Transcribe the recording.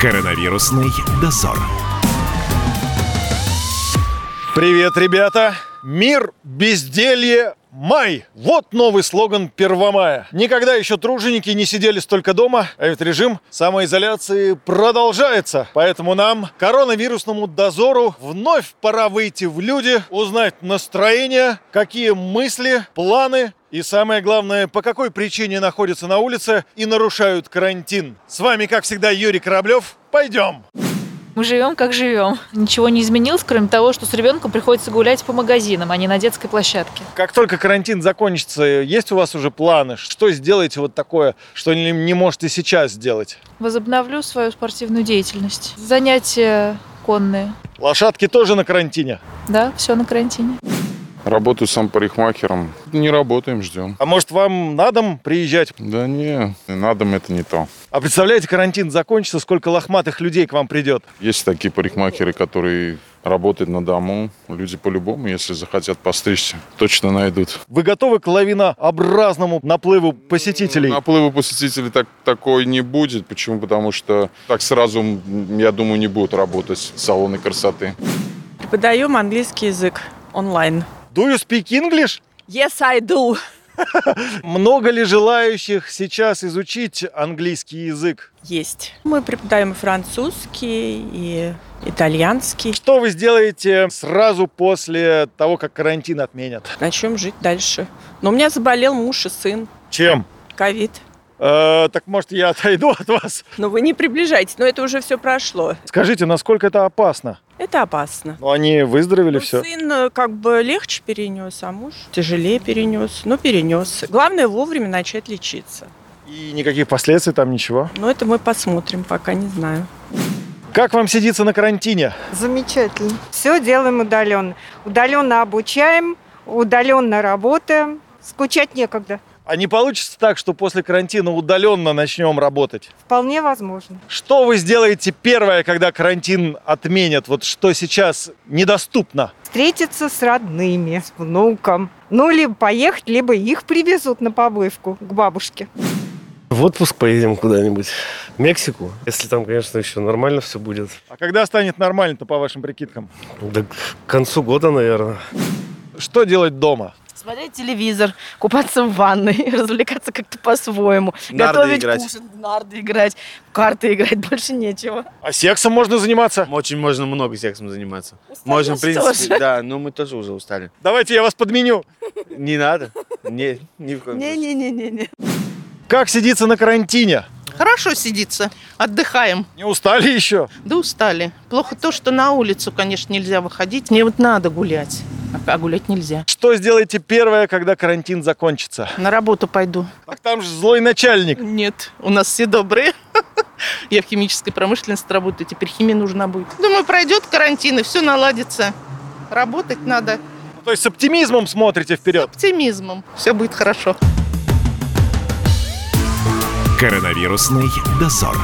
Коронавирусный дозор. Привет, ребята! Мир, безделье, май! Вот новый слоган Первомая. Никогда еще труженики не сидели столько дома, а ведь режим самоизоляции продолжается. Поэтому нам, коронавирусному дозору, вновь пора выйти в люди, узнать настроение, какие мысли, планы и самое главное, по какой причине находятся на улице и нарушают карантин. С вами, как всегда, Юрий Кораблев. Пойдем! Мы живем, как живем. Ничего не изменилось, кроме того, что с ребенком приходится гулять по магазинам, а не на детской площадке. Как только карантин закончится, есть у вас уже планы? Что сделаете вот такое, что не, не можете сейчас сделать? Возобновлю свою спортивную деятельность. Занятия конные. Лошадки тоже на карантине. Да, все на карантине. Работаю сам парикмахером. Не работаем, ждем. А может, вам на дом приезжать? Да не, на дом это не то. А представляете, карантин закончится, сколько лохматых людей к вам придет? Есть такие парикмахеры, которые работают на дому. Люди по-любому, если захотят постричься, точно найдут. Вы готовы к лавинообразному наплыву посетителей? Наплыва посетителей так, такой не будет. Почему? Потому что так сразу, м, я думаю, не будут работать салоны красоты. Подаем английский язык онлайн. Do you speak English? Yes, I do. Много ли желающих сейчас изучить английский язык? Есть. Мы преподаем и французский, и итальянский. Что вы сделаете сразу после того, как карантин отменят? Начнем жить дальше. Но у меня заболел муж и сын. Чем? Ковид. Э, так, может, я отойду от вас? Но вы не приближайтесь, но это уже все прошло. Скажите, насколько это опасно? Это опасно. Ну, они выздоровели Ну, все. сын э, как бы легче перенес, а муж тяжелее перенес, но перенес. Главное вовремя начать лечиться. И никаких последствий там ничего. Но это мы посмотрим, пока не знаю. Как вам сидится на карантине? Замечательно. Все делаем удаленно. Удаленно обучаем, удаленно работаем. Скучать некогда. А не получится так, что после карантина удаленно начнем работать? Вполне возможно. Что вы сделаете первое, когда карантин отменят? Вот что сейчас недоступно? Встретиться с родными, с внуком. Ну, либо поехать, либо их привезут на побывку к бабушке. В отпуск поедем куда-нибудь. В Мексику. Если там, конечно, еще нормально все будет. А когда станет нормально-то, по вашим прикидкам? Да к концу года, наверное. Что делать дома? смотреть телевизор, купаться в ванной, развлекаться как-то по-своему, нарды готовить играть. кушать, в нарды играть, в карты играть, больше нечего. А сексом можно заниматься? Очень можно много сексом заниматься. Можно, в принципе, да, но мы тоже уже устали. Давайте я вас подменю. Не надо. Не, ни в коем случае. Не-не-не-не-не. Как сидится на карантине? Хорошо сидится, отдыхаем. Не устали еще? Да устали. Плохо то, что на улицу, конечно, нельзя выходить. Мне вот надо гулять. А- а гулять нельзя. Что сделаете первое, когда карантин закончится? На работу пойду. Так там же злой начальник. Нет, у нас все добрые. Я в химической промышленности работаю, теперь химия нужна будет. Думаю, пройдет карантин, и все наладится. Работать надо Ну, То есть с оптимизмом смотрите вперед. оптимизмом. Все будет хорошо. Коронавирусный дозор.